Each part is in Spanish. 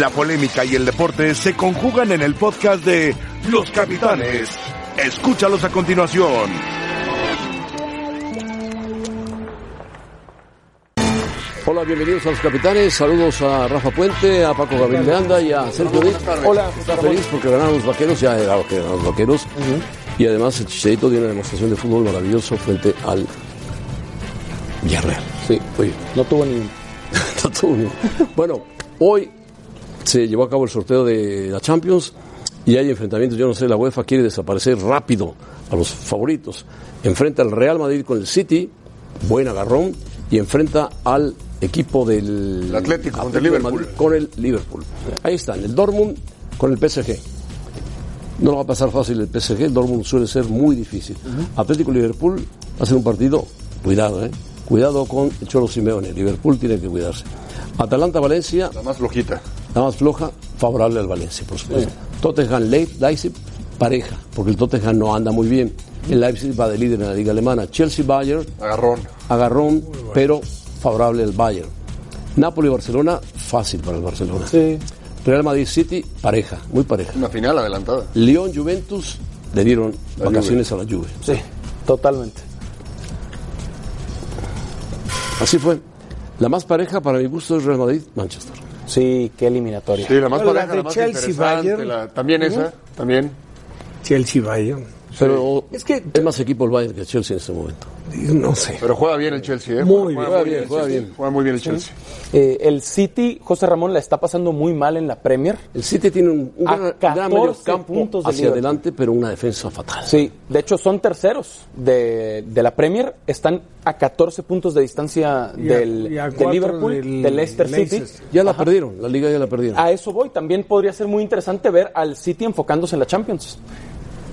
La polémica y el deporte se conjugan en el podcast de Los Capitanes. Escúchalos a continuación. Hola, bienvenidos a los capitanes. Saludos a Rafa Puente, a Paco Gabriel de Anda y a Sergio Díaz. Hola, está feliz porque ganaron los vaqueros, ya era lo que ganaron los vaqueros. Y además el Chicharito dio una demostración de fútbol maravilloso frente al Villarreal. Sí, oye. No tuvo ni No tuvo ni Bueno, hoy se llevó a cabo el sorteo de la Champions y hay enfrentamientos. Yo no sé, la UEFA quiere desaparecer rápido a los favoritos. Enfrenta al Real Madrid con el City, buen agarrón, y enfrenta al equipo del Atlético, Atlético del de Liverpool. Madrid con el Liverpool. Ahí están, el Dortmund con el PSG. No lo va a pasar fácil el PSG, el Dortmund suele ser muy difícil. Atlético Liverpool va a ser un partido, cuidado, eh. Cuidado con el Cholo Simeone, Liverpool tiene que cuidarse. Atalanta Valencia, La más flojita. la más floja, favorable al Valencia, por supuesto. Tottenham Le- Leipzig, pareja, porque el Tottenham no anda muy bien. El Leipzig va de líder en la liga alemana. Chelsea Bayern, Agarrón. agarrón, pero favorable al Bayern. Napoli Barcelona, fácil para el Barcelona. Real Madrid City, pareja, muy pareja. Una final adelantada. León Juventus le dieron vacaciones a la Juve. Sí, totalmente. Así fue. La más pareja para mi gusto es Real Madrid Manchester. Sí, qué eliminatoria. Sí, la más Bueno, la pareja, de la más Chelsea, interesante, Bayern. la- también esa, también. Chelsea Bayern. Pero Es que- es más equipo el Bayern que Chelsea en este momento. No sé. Pero juega bien el Chelsea, ¿eh? Muy bien. Juega- juega Juega bien, el juega Chelsea. bien. Juega muy bien el Chelsea. Eh, el City, José Ramón, la está pasando muy mal en la Premier. El City tiene un, un A gran, gran medio 14 campo puntos de hacia Liverpool. adelante, pero una defensa fatal. Sí, de hecho son terceros de, de la Premier. Están a 14 puntos de distancia Y a- del, y a del cuatro Liverpool, del del, Leicester City. Leicester. Ya la perdieron, la liga ya la perdieron. A eso voy. También podría ser muy interesante ver al City enfocándose en la Champions.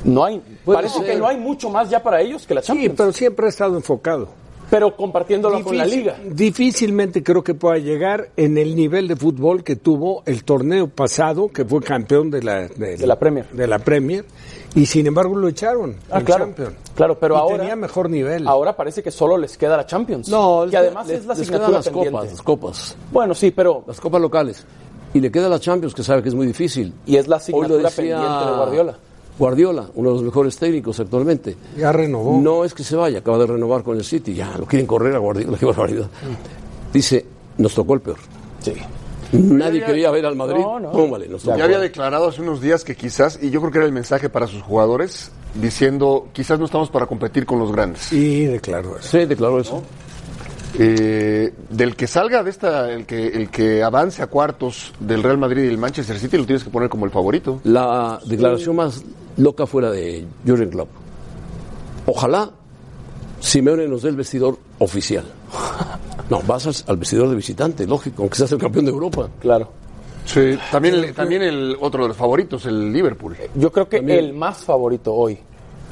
No hay, Puede parece ser. que no hay mucho más ya para ellos que la Sí, Champions, pero, pero siempre ha estado enfocado. compartiéndolo con la Difícil- Liga. Difícilmente creo que pueda llegar en el nivel de fútbol que tuvo el torneo pasado, que fue campeón de la, De la Premier. de la Premier, y sin embargo lo echaron. Ah, el claro, Champion. claro, pero Y ahora- tenía mejor nivel. Ahora parece que solo les queda la Champions. No, que además les- es la les quedan asignatura las pendiente. copas, las copas, Bueno, sí, pero las copas locales. Y le queda la Champions, que sabe que es muy difícil. Y es Hoy lo la asignatura decía pendiente de Guardiola. Guardiola, uno de los mejores técnicos actualmente. Ya renovó. No es que se vaya, acaba de renovar con el City, ya lo quieren correr a Guardiola, qué barbaridad. Dice, nos tocó el peor. sí. Nadie quería ver al Madrid, No, no. póngale, nos tocó. Ya había declarado hace unos días que quizás, y yo creo que era el mensaje para sus jugadores, diciendo, quizás no estamos para competir con los grandes. Y declaró eso. Sí, declaró eso. Eh, del que salga de esta, el que, el que avance a cuartos del Real Madrid y el Manchester City, lo tienes que poner como el favorito. La declaración más loca fuera de Jürgen Klopp. Ojalá Simeone nos dé el vestidor oficial. No, vas al, al vestidor de visitante, lógico, aunque seas el campeón de Europa. Claro. Sí. También el, también el otro de los favoritos, el Liverpool. Yo creo que el más favorito hoy.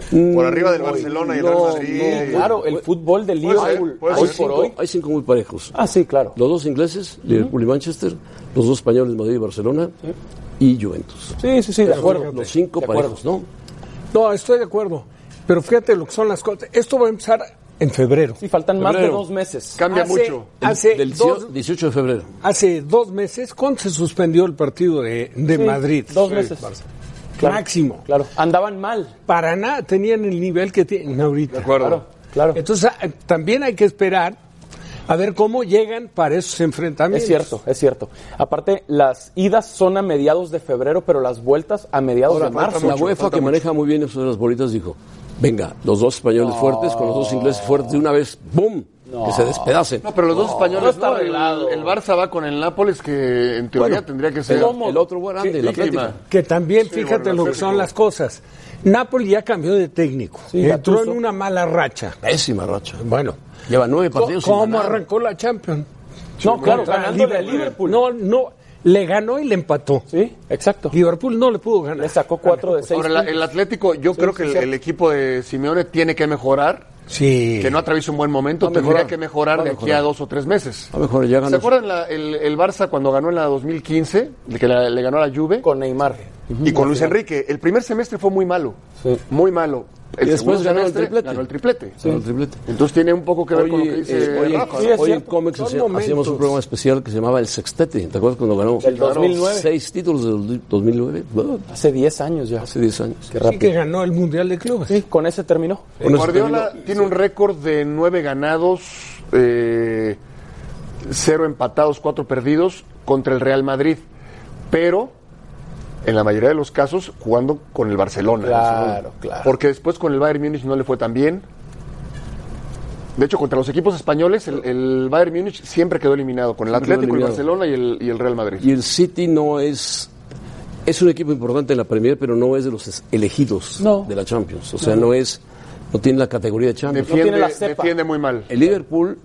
Mm, Por arriba del Barcelona y el Real Madrid. claro, el fútbol del puede ser, Liverpool puede hoy ser. por hoy. Hay cinco muy parejos. Ah, sí, claro. Los dos ingleses, Liverpool y Manchester, los dos españoles, Madrid y Barcelona, y Juventus. Sí, sí, sí, de acuerdo. Los cinco De acuerdo. parejos, ¿no? No, estoy de acuerdo. Pero fíjate lo que son las cosas. Esto va a empezar en febrero. Sí, faltan más de Febrero. dos meses. Cambia Hace- mucho. Ah, Del- Hace del dos, 18 de febrero. Hace dos meses, ¿cuándo se suspendió el partido de, de Sí, Madrid? Dos meses. Claro. Máximo. Claro. Andaban mal. Para nada tenían el nivel que tienen ahorita. Claro, claro. Entonces, ah, también hay que esperar a ver cómo llegan para esos enfrentamientos. Es cierto, es cierto. Aparte, las idas son a mediados de febrero, pero las vueltas a mediados de marzo. la UEFA, que maneja muy bien eso de las bolitas, dijo: Venga, los dos españoles fuertes con los dos ingleses fuertes de una vez, ¡boom! Que se despedacen. No, pero los dos españoles no está no, el- arreglado. El, Barça va con el Nápoles, que en teoría Bueno, tendría que ser... el, el otro fue grande, la víctima. Atlético. Que también, fíjate bueno, lo que Atlético. son las cosas. Napoli ya cambió de técnico. Entró Gattuso. en una mala racha. Pésima racha. Bueno, Lleva nueve partidos sin ¿cómo ganar. arrancó la Champions? No, claro, Contra ganándole a Liverpool. No, no, le ganó y le empató. Sí, exacto. Liverpool no le pudo ganar. Le sacó cuatro de seis. Ahora, la- puntos. el Atlético, yo creo que el, el equipo de Simeone tiene que mejorar, Sí. que no atraviesa un buen momento, Va a tendría mejorar, que mejorar va a de aquí mejorar. a dos o tres meses. A lo mejor ya ganó. ¿Se acuerdan la- el, el Barça cuando ganó en la 2015, de que la- le ganó a la Juve? Con Neymar. y con Luis Enrique. El primer semestre fue muy malo, Sí. muy malo. el Y después segundo ganó el semestre triplete. Ganó el triplete. Ganó el triplete. Entonces tiene un poco que ver con lo que dice eh, oye, Rafa. Sí, es oye, en cierto. Comex Son hacía- hacíamos momentos. un programa especial que se llamaba El Sextete. ¿Te acuerdas cuando ganamos? Del 2009. Seis títulos del 2009. Bueno, Hace 10 años ya. hace 10 años. Qué Sí rápido. que ganó el Mundial de Clubes. Sí, con ese terminó. Con eso Guardiola termino. tiene un récord de nueve ganados, eh, cero empatados, cuatro perdidos contra el Real Madrid, pero en la mayoría de los casos jugando con el Barcelona. Claro, claro. Porque después con el Bayern Múnich no le fue tan bien. De hecho, contra los equipos españoles, el, el Bayern Múnich siempre quedó eliminado, con el Siempre quedó Atlético, el eliminado. Barcelona y el, y el Real Madrid. Y el City no es. Es un equipo importante en la Premier, pero no es de los es- elegidos No. de la Champions. O sea, no. es. No tiene la categoría de Champions. defiende, tiene la cepa. defiende muy mal. El Liverpool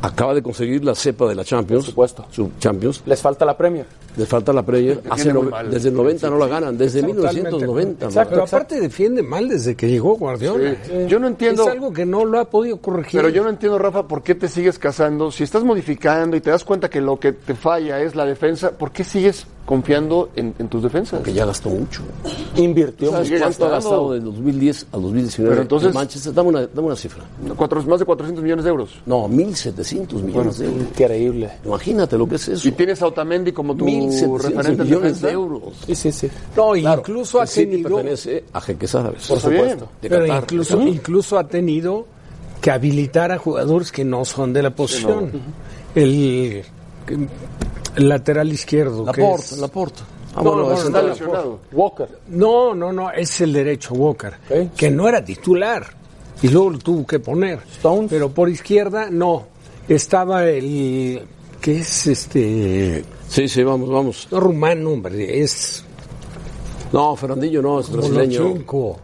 acaba de conseguir la cepa de la Champions. Por supuesto. Su Champions. Les falta la Premier. Les falta la Premier. Hace muy no- mal. desde el 90 no la ganan. Desde Totalmente. 1990. ¿no? Exacto, pero aparte defiende mal desde que llegó Guardiola. Sí. Yo no entiendo- Es algo que no lo ha podido corregir. Pero yo no entiendo, Rafa, por qué te sigues casando. Si estás modificando y te das cuenta que lo que te falla es la defensa, ¿por qué sigues confiando en, en tus defensas? Que ya gastó mucho. Invirtió. ¿Sabes ¿Cuánto Sigue ha gastando. gastado del 2010 al 2019 Pero entonces- el Manchester? Dame una, dame una cifra. Cuatro- más de 400 millones de euros. No, 1.700 millones de euros. Increíble. Imagínate lo que es eso. Y tienes a Otamendi como tu 1.700 referente en millones defensa. de euros. Sí, sí, sí. No, Claro, incluso ha el City tenido, pertenece a jeques árabes. Por Está bien. supuesto. De pero Qatar. incluso, incluso ha tenido que habilitar a jugadores que no son de la posición. El, que- el lateral izquierdo. que Laporta, es- Laporta. No, Ah, bueno, no, es no, Está central. no, lesionado. Walker. No, no, no, es el derecho Walker, Ok. que no era titular y luego lo tuvo que poner. Stones. Pero por izquierda no. Estaba el que es este Sí, sí, vamos, vamos. no rumano, hombre, es No, Fernandillo no, es brasileño. Molochenko.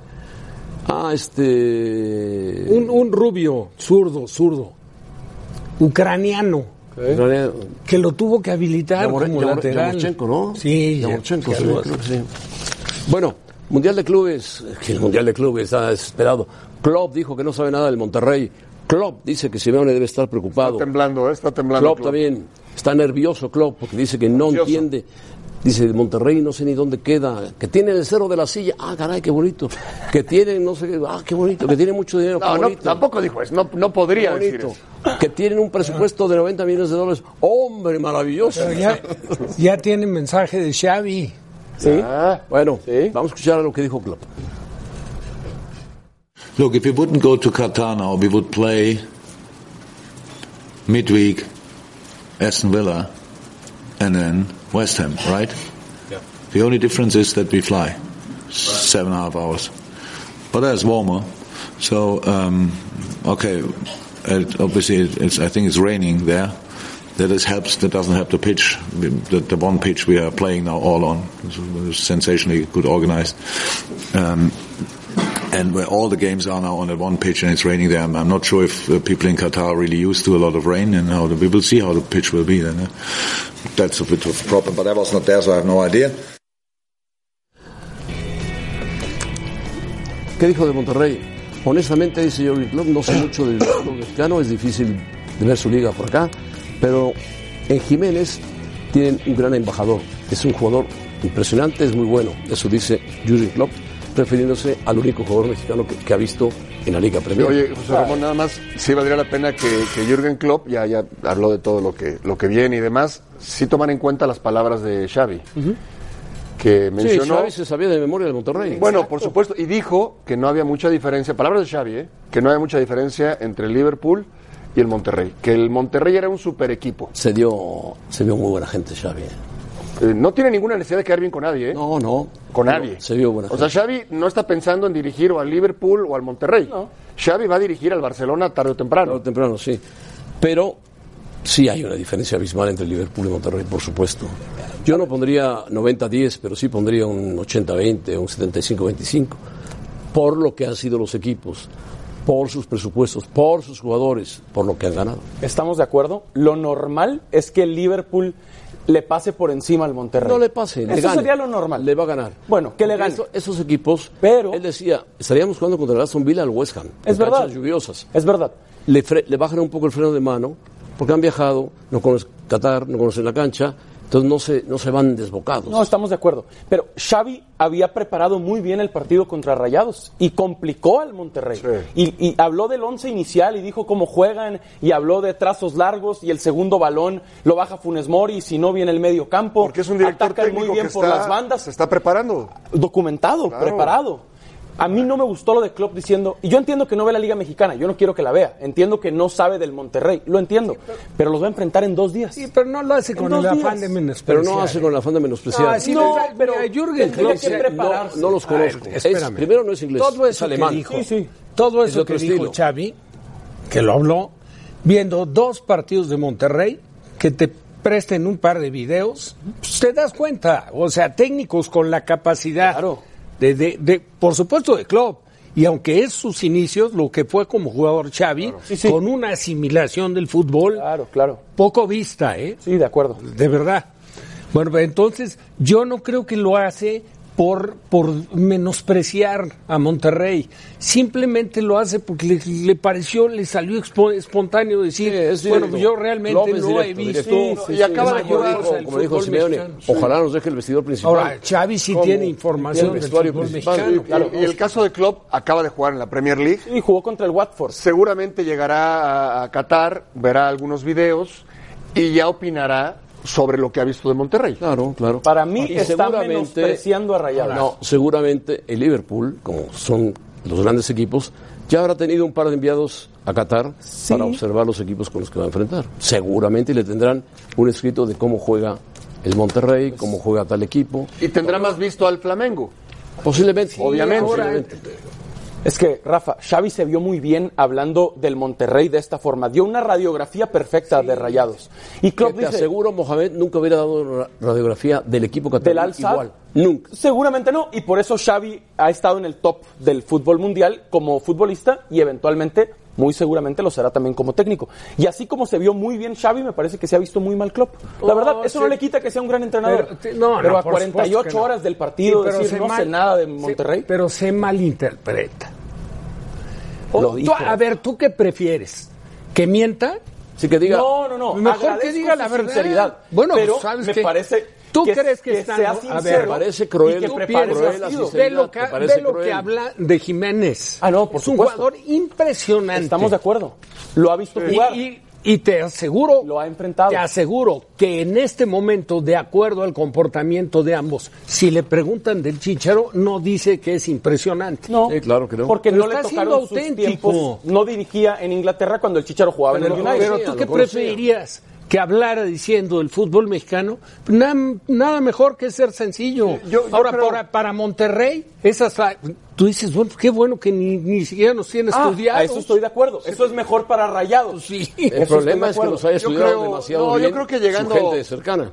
Ah, este... Un, un rubio, zurdo, zurdo, ucraniano, No era- que lo tuvo que habilitar Yamore- como Yamore- lateral. Yamorchenko, ¿no? Sí, Yamorchenko, ya- sí, algo creo así. que sí. Bueno, Mundial de Clubes, que el Mundial de Clubes está desesperado. Klopp dijo que no sabe nada del Monterrey. Klopp dice que Simeone debe estar preocupado. Está temblando, ¿eh? está temblando. Klopp también está nervioso, Klopp, porque dice que no Ansioso. entiende. Dice, Monterrey no sé ni dónde queda, que tiene el cero de la silla, ah, caray, qué bonito. Que tiene, no sé qué, ah, qué bonito, que tiene mucho dinero, No, qué no, bonito. tampoco dijo eso. Pues No, no podría qué decir bonito. eso. Que tienen un presupuesto de 90 millones de dólares. Hombre, maravilloso. Pero ya, ya tiene mensaje de Xavi. Sí. Ah, Bueno, Sí. vamos a escuchar lo que dijo Klopp. Look, if we wouldn't go to Qatar now, we would play midweek Aston Villa and then West Ham, right? The only difference is that we fly seven and a half hours. But that's warmer. So, um, okay, it, obviously, it, it's, I think it's raining there. That is helps. That doesn't help the pitch. The, the, the one pitch we are playing now all on is sensationally good organized. Um, and where all the games are now on that one pitch and it's raining there. I'm, I'm not sure if uh, people in Qatar are really used to a lot of rain and how the, we will see how the pitch will be then. eh? That's a bit of a problem, but I was not there, so I have no idea. ¿Qué dijo de Monterrey? Honestamente, dice Jürgen Klopp, no sé mucho del fútbol mexicano, es difícil tener su liga por acá, pero en Jiménez tienen un gran embajador, es un jugador impresionante, es muy bueno, eso dice Jürgen Klopp, refiriéndose al único jugador mexicano que, que ha visto en la Liga Premier. Oye, José Ramón, nada más, sí valdría la pena que, que Jürgen Klopp, ya, ya habló de todo lo que, lo que viene y demás, sí tomar en cuenta las palabras de Xavi, que sí, mencionó... Xavi se sabía de memoria del Monterrey. Bueno, por supuesto, y dijo que no había mucha diferencia, palabras de Xavi, ¿eh? que no había mucha diferencia entre el Liverpool y el Monterrey, que el Monterrey era un super equipo. se dio, se vio muy buena gente Xavi. Eh, no tiene ninguna necesidad de quedar bien con nadie, ¿eh? No, no. con nadie. No, se vio buena o sea, gente. Xavi no está pensando en dirigir o al Liverpool o al Monterrey. Xavi va a dirigir al Barcelona tarde o temprano. Tarde o temprano, sí. Pero sí hay una diferencia abismal entre Liverpool y Monterrey, por supuesto. Yo no pondría 90-10, pero sí pondría un 80-20, un 75-25, por lo que han sido los equipos, por sus presupuestos, por sus jugadores, por lo que han ganado. Estamos de acuerdo. Lo normal es que el Liverpool le pase por encima al Monterrey. No le pase, le Eso gane. sería lo normal. Le va a ganar. Bueno, que le Porque gane. eso- esos equipos, Pero- él decía, estaríamos jugando contra el Aston Villa al West Ham. Es en verdad. canchas lluviosas. Es verdad. le, fre- le bajan un poco el freno de mano porque han viajado, no conocen Qatar, no conocen la cancha Entonces no se, no se van desbocados. No, estamos de acuerdo. Pero Xavi había preparado muy bien el partido contra Rayados y complicó al Monterrey. Y, y habló del once inicial y dijo cómo juegan y habló de trazos largos y el segundo balón lo baja Funes Mori y si no viene el medio campo. Porque es un director Atacan técnico muy bien que por está- las bandas. se está preparando. Documentado, Claro. preparado. A mí no me gustó lo de Klopp diciendo, y yo entiendo que no ve la Liga Mexicana, yo no quiero que la vea, entiendo que no sabe del Monterrey, lo entiendo, pero los va a enfrentar en dos días. Sí, pero no lo hace En con dos el afán días. de Pero menospreciar. no hace con el afán de menospreciar. Ah, sí, No, mira, pero mira, Jürgen tendría Klopp, que mira, preparar. No los conozco. Ay, Es- Ah, espérame. primero no es inglés, Todo es eso alemán. Que dijo, Sí, sí. Todo Es eso otro que dijo estilo. Xavi, que lo habló, viendo dos partidos de Monterrey que te presten un par de videos, pues te das cuenta. O sea, técnicos con la capacidad. Claro. De, de- de- por supuesto, de club. Y aunque es sus inicios, lo que fue como jugador Xavi, Sí, sí. con una asimilación del fútbol Claro, claro. poco vista, ¿eh? Sí, de acuerdo. de verdad. Bueno, pues, entonces yo no creo que lo hace por, por menospreciar a Monterrey. Simplemente lo hace porque le, le pareció, le salió expo- espontáneo decir, Sí, es bueno, pues, yo directo. realmente López no directo, he visto. directo. Sí, sí, Y acaba Es de como jugar, dijo- o sea, el como dijo Simeone, Simeone. ojalá nos deje el vestidor principal. Ahora, Xavi sí ¿Cómo? tiene información Tiene del el vestuario fútbol principal. mexicano. Y- y, el caso de Klopp acaba de jugar en la Premier League. Y jugó contra el Watford. Seguramente llegará a, a Qatar, verá algunos videos y ya opinará sobre lo que ha visto de Monterrey. Claro, claro. Para mí Y está seguramente- menospreciando a Rayados. No, seguramente el Liverpool, como son los grandes equipos, ya habrá tenido un par de enviados a Qatar para observar los equipos con los que va a enfrentar. Seguramente y le tendrán un escrito de cómo juega el Monterrey, Pues cómo juega tal equipo. Y tendrá más visto al Flamengo. Posiblemente. Obviamente. Posiblemente. Es que, Rafa, Xavi se vio muy bien hablando del Monterrey de esta forma. Dio una radiografía perfecta de Rayados. Y Que Klopp te dice, aseguro, Mohamed nunca hubiera dado una radiografía del equipo ¿del catalán Al-Sadd? igual. Nunca. Seguramente no. Y por eso Xavi ha estado en el top del fútbol mundial como futbolista y eventualmente, muy seguramente, lo será también como técnico. Y así como se vio muy bien Xavi, me parece que se ha visto muy mal Klopp. La No, verdad, eso no Oh, sí. le quita que sea un gran entrenador. Pero, te- no, Pero no, a por supuesto 48 que no. horas del partido Sí, pero decir, se no sé mal- nada de sí, Monterrey. pero se malinterpreta. O- Lo tú- dijo. a ver, ¿tú qué prefieres? ¿Que mienta? Así que diga, no, no, no. Mejor que agradezco diga la su verdad. Sinceridad. Bueno, pero pues, ¿sabes me qué? parece. ¿Tú crees que están- sea a ver, sincero parece cruel, y que tú prepare piensas, su cruel, partido. así Ve lo, ¿te que, parece ve lo cruel? que habla de Jiménez. Ah, no, por Es supuesto. un jugador impresionante. Estamos de acuerdo. Lo ha visto Y, jugar. y- y te aseguro, Lo ha enfrentado. Te aseguro que en este momento, de acuerdo al comportamiento de ambos, si le preguntan del chicharo, no dice que es impresionante. no, Sí, claro que no. porque Pero no le está tocaron siendo sus auténtico. tiempos. No dirigía en Inglaterra cuando el Chicharo jugaba Pero, en el United. pero sí, a tú lo qué mejor sí. preferirías que hablara diciendo del fútbol mexicano, Na- nada mejor que ser sencillo. Yo- yo Ahora, creo- para, para Monterrey, esas, ah, tú dices, bueno, qué bueno que ni, ni siquiera nos tienen Ah, estudiados. a eso estoy de acuerdo. Eso es mejor para Rayados. Sí. el Eso problema es estoy que de los haya Yo estudiado creo- demasiado no, yo bien creo que llegando- su gente cercana.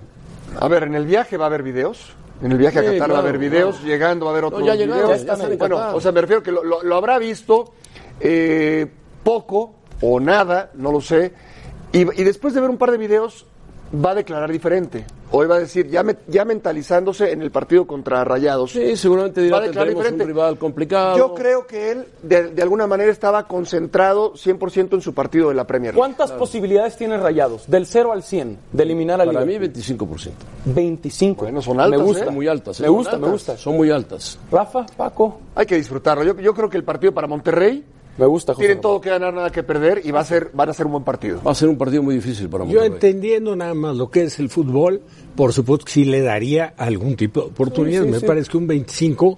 A ver, en el viaje va a haber videos. En el viaje a Sí, Qatar va a claro, haber videos, claro. llegando va a haber otros ya llegaron, videos. ya están en bueno, Qatar. o sea, me refiero que lo, lo- lo habrá visto eh, poco o nada, no lo sé. Y, y después de ver un par de videos, va a declarar diferente. Hoy va a decir, ya, me- ya mentalizándose en el partido contra Rayados. Sí, seguramente dirá Va a declarar tendremos un diferente. rival complicado. Yo creo que él, de, de alguna manera, estaba concentrado 100% en su partido de la Premier. League. ¿Cuántas posibilidades tiene Rayados? Del 0 al 100 de eliminar al Para mí Liverpool. 25%. 25. Bueno, son altas, me gusta. ¿eh? Muy altas. ¿eh? Me gusta, me gusta. Son muy altas. Rafa, Paco, Hay que disfrutarlo. Yo, yo creo que el partido para Monterrey me gusta. José tienen Ramón. todo que ganar, nada que perder y va a ser, van a ser un buen partido. Va a ser un partido muy difícil para Yo Monterrey. entendiendo nada más lo que es el fútbol, por supuesto que sí le daría algún tipo de oportunidad. Sí, sí, Me sí. parece que un 25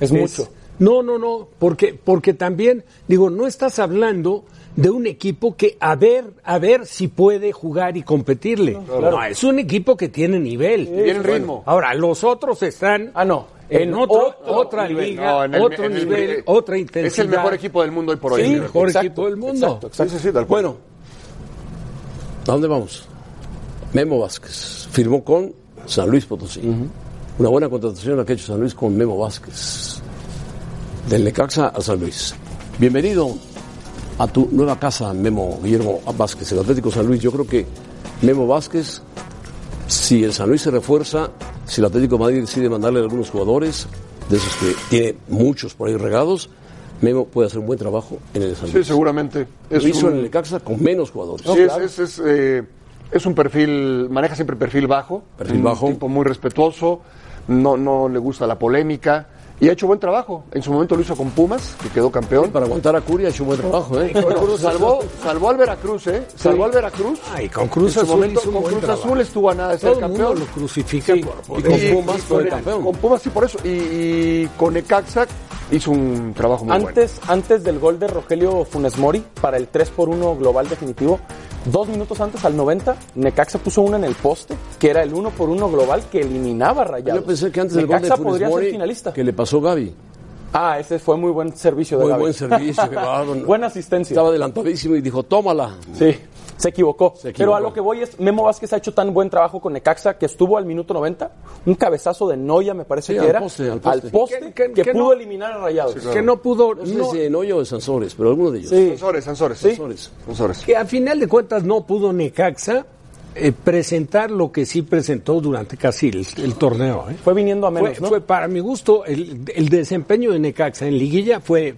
Es mucho. No, no, no, porque porque también digo, no estás hablando de un equipo que a ver, a ver si puede jugar y competirle. No, es un equipo que tiene nivel. Y viene el ritmo. Ahora, los otros están Ah, no, en, en otro- otro otra nivel. liga, No, en el- otro en el- nivel, eh, otra intensidad. Es el mejor equipo del mundo hoy por hoy. Sí, Sí, el mejor equipo del mundo. Exacto, exacto. sí, sí, tal cual. Bueno, ¿a dónde vamos? Memo Vázquez firmó con San Luis Potosí. Una buena contratación la que ha hecho San Luis con Memo Vázquez. Del Necaxa a San Luis. Bienvenido a tu nueva casa, Memo Guillermo Vázquez, el Atlético San Luis. Yo creo que Memo Vázquez, si el San Luis se refuerza, si el Atlético de Madrid decide mandarle algunos jugadores, de esos que tiene muchos por ahí regados, Memo puede hacer un buen trabajo en el San Luis. Sí, seguramente. Es Lo hizo un- en el Necaxa con menos jugadores. sí, es- es- es, eh, es un perfil, maneja siempre perfil bajo. Perfil un bajo. tipo muy respetuoso, no, no le gusta la polémica y ha hecho buen trabajo. En su momento lo hizo con Pumas, que quedó campeón. Para aguantar a Curia ha hecho un buen trabajo, ¿eh? Bueno, salvó, salvó al Veracruz, ¿eh? Salvó al Veracruz. Ay, con Cruz En su Azul momento, hizo un con buen Cruz trabajo. Azul estuvo a nada de ser Todo el mundo campeón. lo crucifica por, por- Y con Pumas fue con- campeón. Con Pumas sí, por eso. Y, y con Necaxa hizo un trabajo muy bueno. Antes, antes del gol de Rogelio Funes Mori para el 3 por 1 global definitivo, dos minutos antes al 90, Necaxa puso una en el poste, que era el 1 por 1 global que eliminaba a Rayados. Yo pensé que antes del gol de Necaxa Funes podría Mori, ser finalista. que le pasó Gaby. Ah, ese fue muy buen servicio de Muy Gaby. buen servicio, qué bárbaro. Buena asistencia. Estaba adelantadísimo y dijo, tómala. Sí, se equivocó. Se equivocó. Pero a lo que voy es, Memo Vázquez ha hecho tan buen trabajo con Necaxa que estuvo al minuto 90, un cabezazo de Noya me parece Sí, que al era, poste, al poste. Que- que- que, que pudo no- eliminar a Rayados. que no pudo, No sé no- si en Hoyo o en Sansores, pero alguno de ellos. Sí. Sansores, Sansores. Sansores. Sansores. que a final de cuentas no pudo Necaxa eh, presentar lo que sí presentó durante casi el, el torneo. ¿eh? Fue viniendo a menos, Fue, ¿no? fue, para mi gusto el, el desempeño de Necaxa en liguilla fue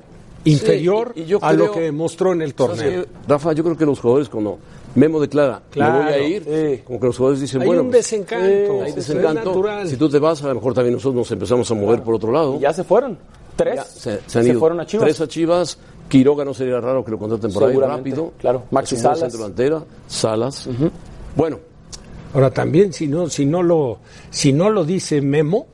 inferior y- y yo a creo- lo que demostró en el torneo. Eh, Rafa, yo creo que los jugadores cuando Memo declara, Claro, me voy a ir, sí. como que los jugadores dicen, Hay bueno, un pues, desencanto, eh, hay es desencanto. natural. Si tú te vas, a lo mejor también nosotros nos empezamos a mover por otro lado. Y ya se fueron. Tres Ya, se, se se, han ido. fueron a Chivas. Tres a Chivas. Quiroga no sería raro que lo contraten por ahí Seguramente, rápido. claro. Es Maxi un buen Salas. centro delantera, Salas. Bueno, Ahora también si no si no lo si no lo dice Memo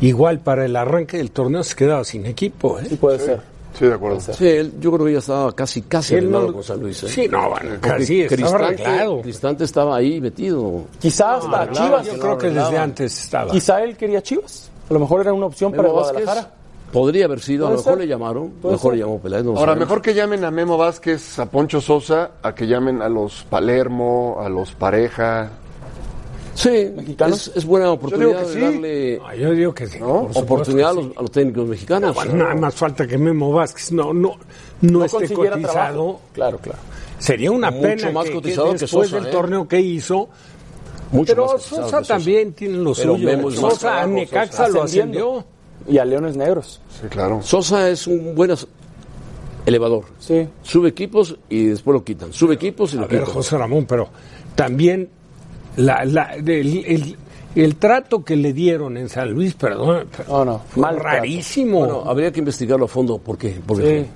igual para el arranque del torneo se quedaba sin equipo. ¿eh? Sí puede ser. Sí, de acuerdo. sí, él- yo creo que ya estaba casi, casi Él arreglado no- con San Luis. ¿eh? Sí, no, bueno, Porque casi estaba Cristante- arreglado. Cristante estaba ahí metido. Quizá hasta No, Chivas. yo creo que desde antes estaba. Quizá él quería Chivas. A lo mejor era una opción para Memo Vázquez Guadalajara. podría haber sido, a lo Puede mejor ser. le llamaron, a lo Puede mejor ser. le llamó Peláez. no lo Ahora, sabemos. mejor que llamen a Memo Vázquez, a Poncho Sosa, a que llamen a los Palermo, a los Pareja. Sí, ¿Mexicanos? es, es buena oportunidad que sí. de darle No, Ah, yo digo que sí. ¿No? por supuesto oportunidad a que Ah, los, a los técnicos mexicanos. Bueno, nada más falta que Memo Vázquez no, no, no, No esté consiguiera cotizado. trabajo. Claro, claro. Sería una Mucho pena más que, cotizado que que después Sosa, del ¿eh? torneo que hizo. Mucho pero más que Sosa, Sosa, que Sosa. también tiene lo Pero suyo. ¿eh? Memo es más Sosa a trabajo, Necaxa lo ascendió. Y a Leones Negros. Sí, claro. Sosa es un buen as- elevador. Sí. Sube equipos y después lo quitan. Sube equipos y A lo ver, quitan. José Ramón, pero también la, la- el, el- el trato que le dieron en San Luis, perdón, No, no, fue mal trato. rarísimo. Bueno, habría que investigarlo a fondo porque, porque Sí.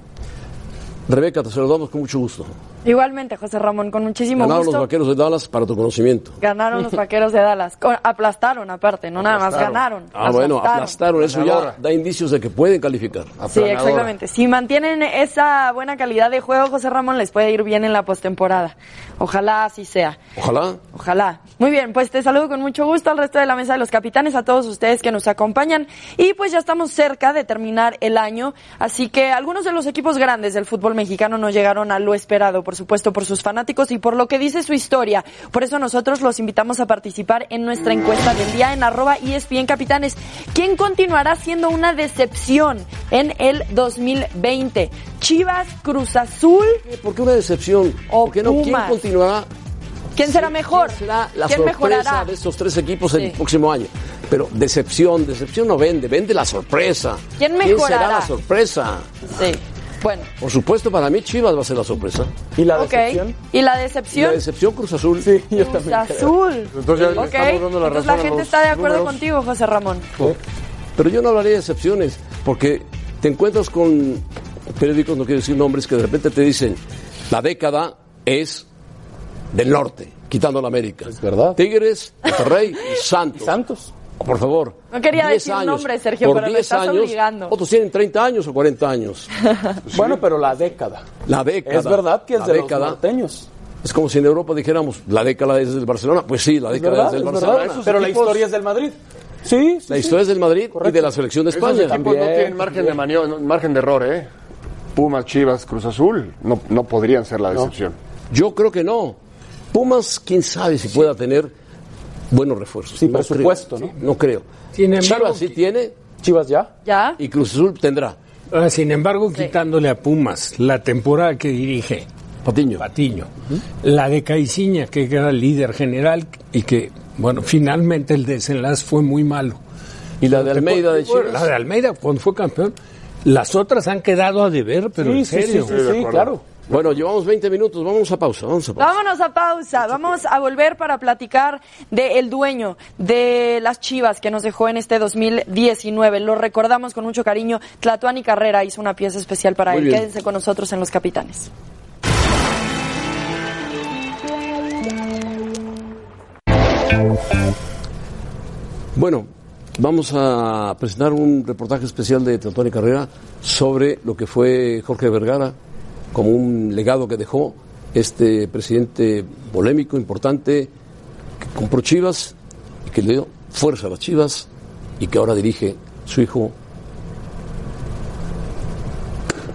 Rebeca, te saludamos con mucho gusto. Igualmente, José Ramón, con muchísimo Ganaron gusto. los vaqueros de Dallas para tu conocimiento. Ganaron los vaqueros de Dallas. Con- aplastaron, aparte, no nada más ganaron. Ah, bueno, aplastaron. Eso ya Ganadora. da indicios de que pueden calificar. Sí, exactamente. Si mantienen esa buena calidad de juego, José Ramón les puede ir bien en la postemporada. Ojalá así sea. Ojalá. Ojalá. Muy bien, pues te saludo con mucho gusto al resto de la mesa de los capitanes, a todos ustedes que nos acompañan. Y pues ya estamos cerca de terminar el año, así que algunos de los equipos grandes del fútbol mexicano no llegaron a lo esperado, por supuesto, por sus fanáticos y por lo que dice su historia. Por eso nosotros los invitamos a participar en nuestra encuesta del día en arroba E ESPN Capitanes. ¿Quién continuará siendo una decepción en el 2020? ¿Chivas, Cruz Azul? Eh, ¿Por qué una decepción? O ¿Por qué no? ¿Quién Pumas. continuará? ¿Quién será mejor? ¿Quién será la ¿Quién sorpresa mejorará? de estos tres equipos el Sí. próximo año? Pero decepción, decepción no vende, vende la sorpresa. ¿Quién será mejorará? la sorpresa? Sí. Bueno. Por supuesto, para mí Chivas va a ser la sorpresa. Y la Ok. decepción. ¿Y la Y La decepción? decepción Cruz Azul. Sí, yo Cruz también. creo. Azul. Entonces ya Ok, le estamos dando la entonces razón a gente los está de acuerdo números. contigo, José Ramón. Pero yo no hablaría de excepciones, porque te encuentras con periódicos, no quiero decir nombres, que de repente te dicen, la década es del norte, quitando la América. Es verdad. Tigres, Monterrey y Santos. Oh, Santos. Por favor. No quería 10 decir nombres, Sergio, Por pero me 10 estás años, obligando. Otros tienen 30 años o 40 años. Bueno, pero la década. La década. Es verdad que es la de década. los norteños. Es como si en Europa dijéramos, la década es del Barcelona. Pues sí, la Es década verdad, es del es Barcelona. verdad. Esos Pero la equipos- historia es del Madrid. Sí, sí, La sí. historia es del Madrid y Correcto. de la selección de Esos España. equipos no también, tienen margen de, maniobra, no- margen de error, ¿eh? Pumas, Chivas, Cruz Azul, no, no podrían ser la decepción. Yo creo que no. Pumas, quién sabe si pueda tener buenos refuerzos. Sí, No presupuesto, creo. ¿no? No creo. Sin embargo- Chivas sí tiene Chivas ya. ¿Ya? y Cruz Azul tendrá. Ah, sin embargo, quitándole a Pumas la temporada que dirige Patiño. Patiño, la de Caiciña, que era el líder general y que, bueno, finalmente el desenlace fue muy malo. Y la de Almeida de Chivas. La de Almeida, cuando fue campeón, las otras han quedado a deber, pero sí, en sí, serio. sí, sí, sí, claro. Bueno, llevamos 20 minutos, vamos a pausa, vamos a pausa. Vámonos a pausa, vamos a volver para platicar del dueño de las Chivas que nos dejó en este 2019. Lo recordamos con mucho cariño. Tlatuani Carrera hizo una pieza especial para Muy él. bien. Quédense con nosotros en Los Capitanes. Bueno, vamos a presentar un reportaje especial de Tratón y Carrera sobre lo que fue Jorge Vergara como un legado que dejó este presidente polémico, importante, que compró Chivas, que le dio fuerza a las Chivas y que ahora dirige su hijo.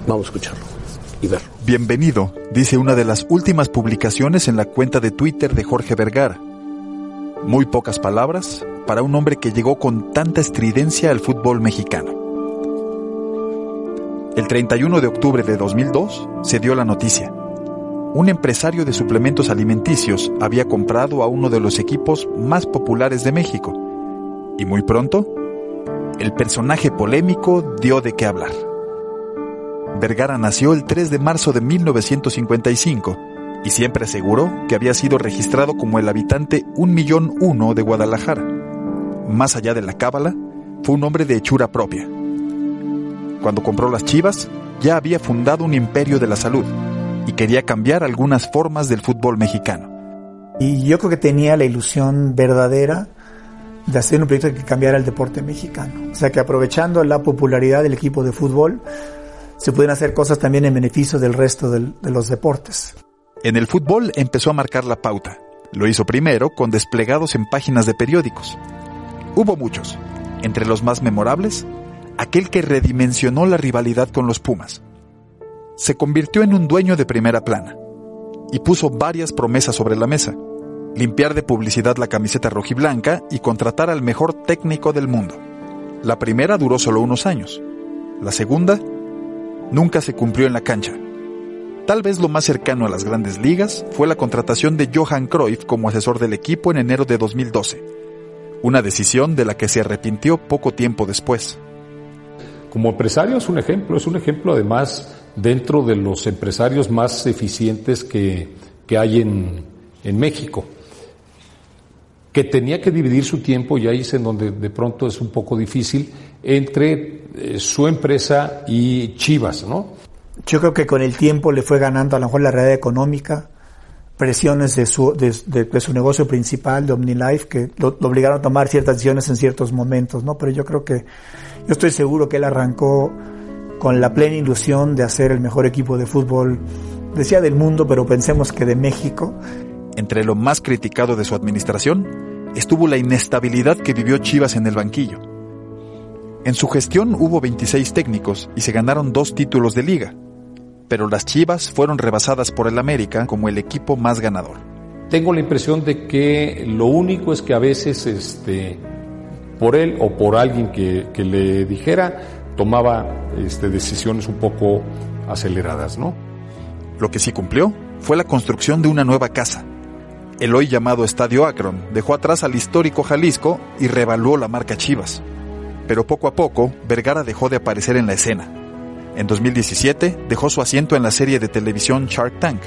Vamos a escucharlo y verlo. Bienvenido, dice una de las últimas publicaciones en la cuenta de Twitter de Jorge Vergara. Muy pocas palabras para un hombre que llegó con tanta estridencia al fútbol mexicano. El 31 de octubre de 2002 se dio la noticia. Un empresario de suplementos alimenticios había comprado a uno de los equipos más populares de México. Y muy pronto, el personaje polémico dio de qué hablar. Vergara nació el 3 de marzo de 1955 y siempre aseguró que había sido registrado como el habitante 1.001.001 de Guadalajara. Más allá de la cábala, fue un hombre de hechura propia. Cuando compró las Chivas, ya había fundado un imperio de la salud y quería cambiar algunas formas del fútbol mexicano. Y yo creo que tenía la ilusión verdadera de hacer un proyecto que cambiara el deporte mexicano. O sea, que aprovechando la popularidad del equipo de fútbol, se pueden hacer cosas también en beneficio del resto del- de los deportes. En el fútbol empezó a marcar la pauta. Lo hizo primero con desplegados en páginas de periódicos. Hubo muchos. Entre los más memorables, aquel que redimensionó la rivalidad con los Pumas. Se convirtió en un dueño de primera plana y puso varias promesas sobre la mesa. Limpiar de publicidad la camiseta rojiblanca y contratar al mejor técnico del mundo. La primera duró solo unos años. La segunda nunca se cumplió en la cancha. Tal vez lo más cercano a las grandes ligas fue la contratación de Johan Cruyff como asesor del equipo en enero de 2012, una decisión de la que se arrepintió poco tiempo después. Como empresario es un ejemplo, es un ejemplo además dentro de los empresarios más eficientes que, que hay en, en México, que tenía que dividir su tiempo, y ahí es en donde de pronto es un poco difícil, entre eh, su empresa y Chivas, ¿no? Yo creo que con el tiempo le fue ganando a lo mejor la realidad económica, presiones de su, de, de- de su negocio principal, de OmniLife, que lo, lo obligaron a tomar ciertas decisiones en ciertos momentos, ¿no? Pero yo creo que, yo estoy seguro que él arrancó con la plena ilusión de hacer el mejor equipo de fútbol, decía del mundo, pero pensemos que de México, Entre lo más criticado de su administración estuvo la inestabilidad que vivió Chivas en el banquillo. En su gestión hubo 26 técnicos y se ganaron dos títulos de liga, pero las Chivas fueron rebasadas por el América como el equipo más ganador. Tengo la impresión de que lo único es que a veces, este, por él o por alguien que, que le dijera, tomaba este, decisiones un poco aceleradas, ¿no? Lo que sí cumplió fue la construcción de una nueva casa. El hoy llamado Estadio Akron dejó atrás al histórico Jalisco y revaluó la marca Chivas. Pero poco a poco, Vergara dejó de aparecer en la escena. En 2017 dejó su asiento en la serie de televisión Shark Tank,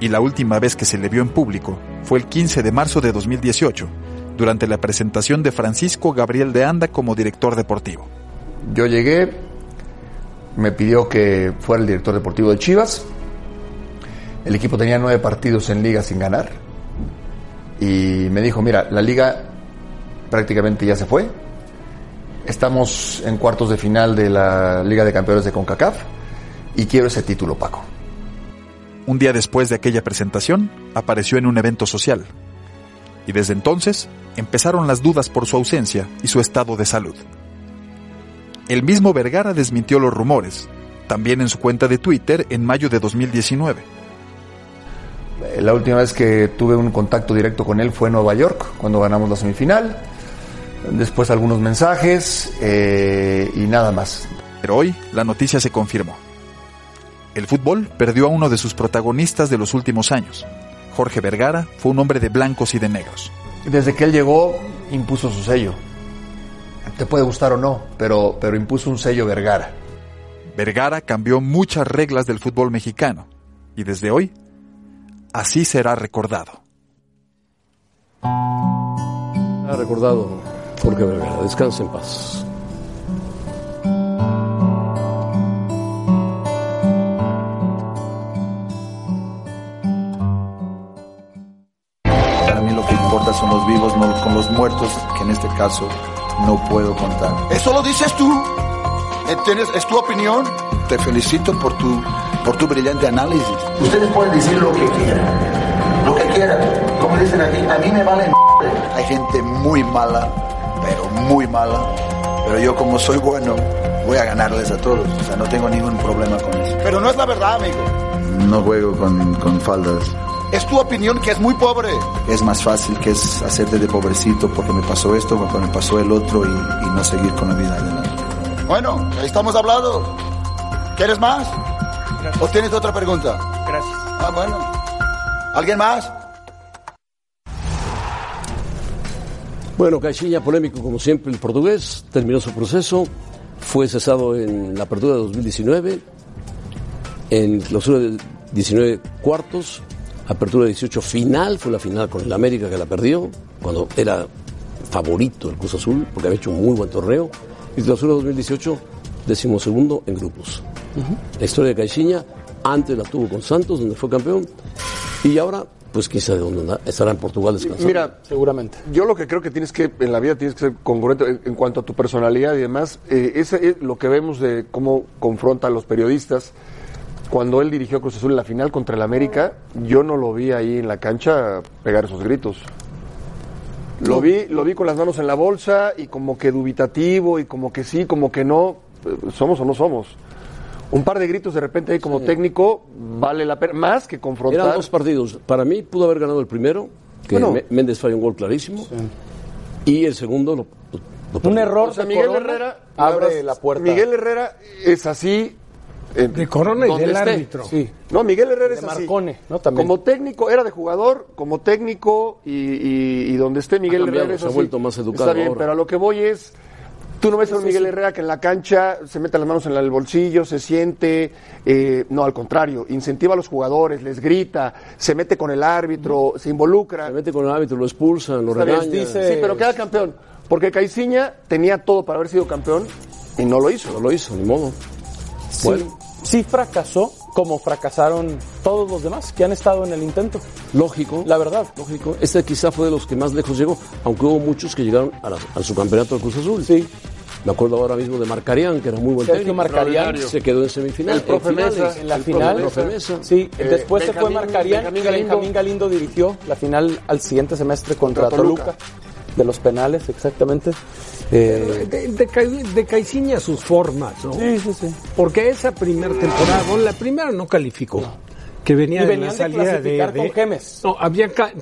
y la última vez que se le vio en público fue el 15 de marzo de 2018, durante la presentación de Francisco Gabriel de Anda como director deportivo. Yo llegué, me pidió que fuera el director deportivo de Chivas. El equipo tenía nueve partidos en liga sin ganar. Y me dijo, mira, la liga prácticamente ya se fue. Estamos en cuartos de final de la Liga de Campeones de CONCACAF y quiero ese título, Paco. Un día después de aquella presentación, apareció en un evento social. Y desde entonces empezaron las dudas por su ausencia y su estado de salud. El mismo Vergara desmintió los rumores, también en su cuenta de Twitter en mayo de 2019. Eh, La última vez que tuve un contacto directo con él fue en Nueva York, cuando ganamos la semifinal. Después algunos mensajes eh, y nada más. Pero hoy la noticia se confirmó. El fútbol perdió a uno de sus protagonistas de los últimos años. Jorge Vergara fue un hombre de blancos y de negros. Desde que él llegó, impuso su sello. Te puede gustar o no, pero, pero impuso un sello Vergara. Vergara cambió muchas reglas del fútbol mexicano, y desde hoy, así será recordado. Ha recordado Jorge Vergara. Descansa en paz. Para mí lo que importa son los vivos, no con los muertos, que en este caso no puedo contar. Eso lo dices tú. Eh, tienes- es tu opinión. Te felicito por tu, por tu brillante análisis. Ustedes pueden decir lo que quieran. Lo que quieran. Como dicen aquí, a mí me vale m***. Hay gente muy mala, pero muy mala. Pero yo como soy bueno, voy a ganarles a todos. O sea, no tengo ningún problema con eso. Pero no es la verdad, amigo. No juego con, con faldas. Es tu opinión que es muy pobre. Es más fácil que es hacerte de pobrecito porque me pasó esto, porque me pasó el otro y, y no seguir con la vida adelante. Bueno, ahí estamos hablando. ¿Quieres más? ¿O tienes otra pregunta? Gracias. Ah, bueno. ¿Alguien más? Bueno, Caixinha, polémico como siempre, el portugués, terminó su proceso, fue cesado en la apertura de 2019, en clausura de 19 cuartos, apertura de 18 final, fue la final con el América que la perdió, cuando era favorito el Cruz Azul, porque había hecho un muy buen torneo, y clausura 2018, decimosegundo en grupos. La historia de Caixinha, antes la tuvo con Santos, donde fue campeón, y ahora, pues quizá de dónde anda, estará en Portugal descansando. Mira, seguramente. Yo lo que creo que tienes que, en la vida tienes que ser congruente en, en cuanto a tu personalidad y demás. Eh, ese es lo que vemos de cómo confronta a los periodistas. Cuando él dirigió a Cruz Azul en la final contra el América, yo no lo vi ahí en la cancha pegar esos gritos. Lo vi, lo vi con las manos en la bolsa y como que dubitativo y como que sí, como que no. Eh, ¿Somos o no somos? Un par de gritos de repente ahí como técnico vale la pena, más que confrontar. Eran dos partidos. Para mí pudo haber ganado el primero, que Bueno. Mé- Méndez falló un gol clarísimo. Y el segundo lo, lo- lo perdió. O sea, Miguel Herrera abre la puerta. Miguel Herrera es así. de Corona y del árbitro. Sí. No, Miguel Herrera es así. Marcone, ¿no? También. Como técnico, era de jugador, como técnico y, y- y donde esté Miguel Ha cambiado, Herrera es se ha así. vuelto más educado Está bien, ahora. pero a lo que voy es. Tú no ves a un Miguel Herrera que en la cancha se mete las manos en la- el bolsillo, se siente. eh, no, al contrario, incentiva a los jugadores, les grita, se mete con el árbitro, se involucra. Se mete con el árbitro, lo expulsan, lo Está bien, regañan. Sí, pero queda campeón. Porque Caiciña tenía todo para haber sido campeón y no lo hizo. No lo hizo, ni modo. Sí, sí fracasó como fracasaron todos los demás que han estado en el intento. Lógico. La verdad. Lógico. Este quizá fue de los que más lejos llegó, aunque hubo muchos que llegaron a, la- a su campeonato del Cruz Azul. Sí. Me acuerdo ahora mismo de Marcarián, que era muy buen Sergio técnico. Marcarián. se quedó en semifinal. El profe en finales, Mesa. En la el final. profe Mesa. Sí, después se fue Marcarían y Benjamín Galindo dirigió la final al siguiente semestre contra, Contra Toluca. Toluca. de los penales, exactamente. Eh, De, de, Cai- de Caixinha sus formas, ¿no? Sí, sí, sí. Porque esa primera temporada, bueno, la primera no calificó. Que venía Y de la venían de salida de, clasificar con Gemes. No, había, ca-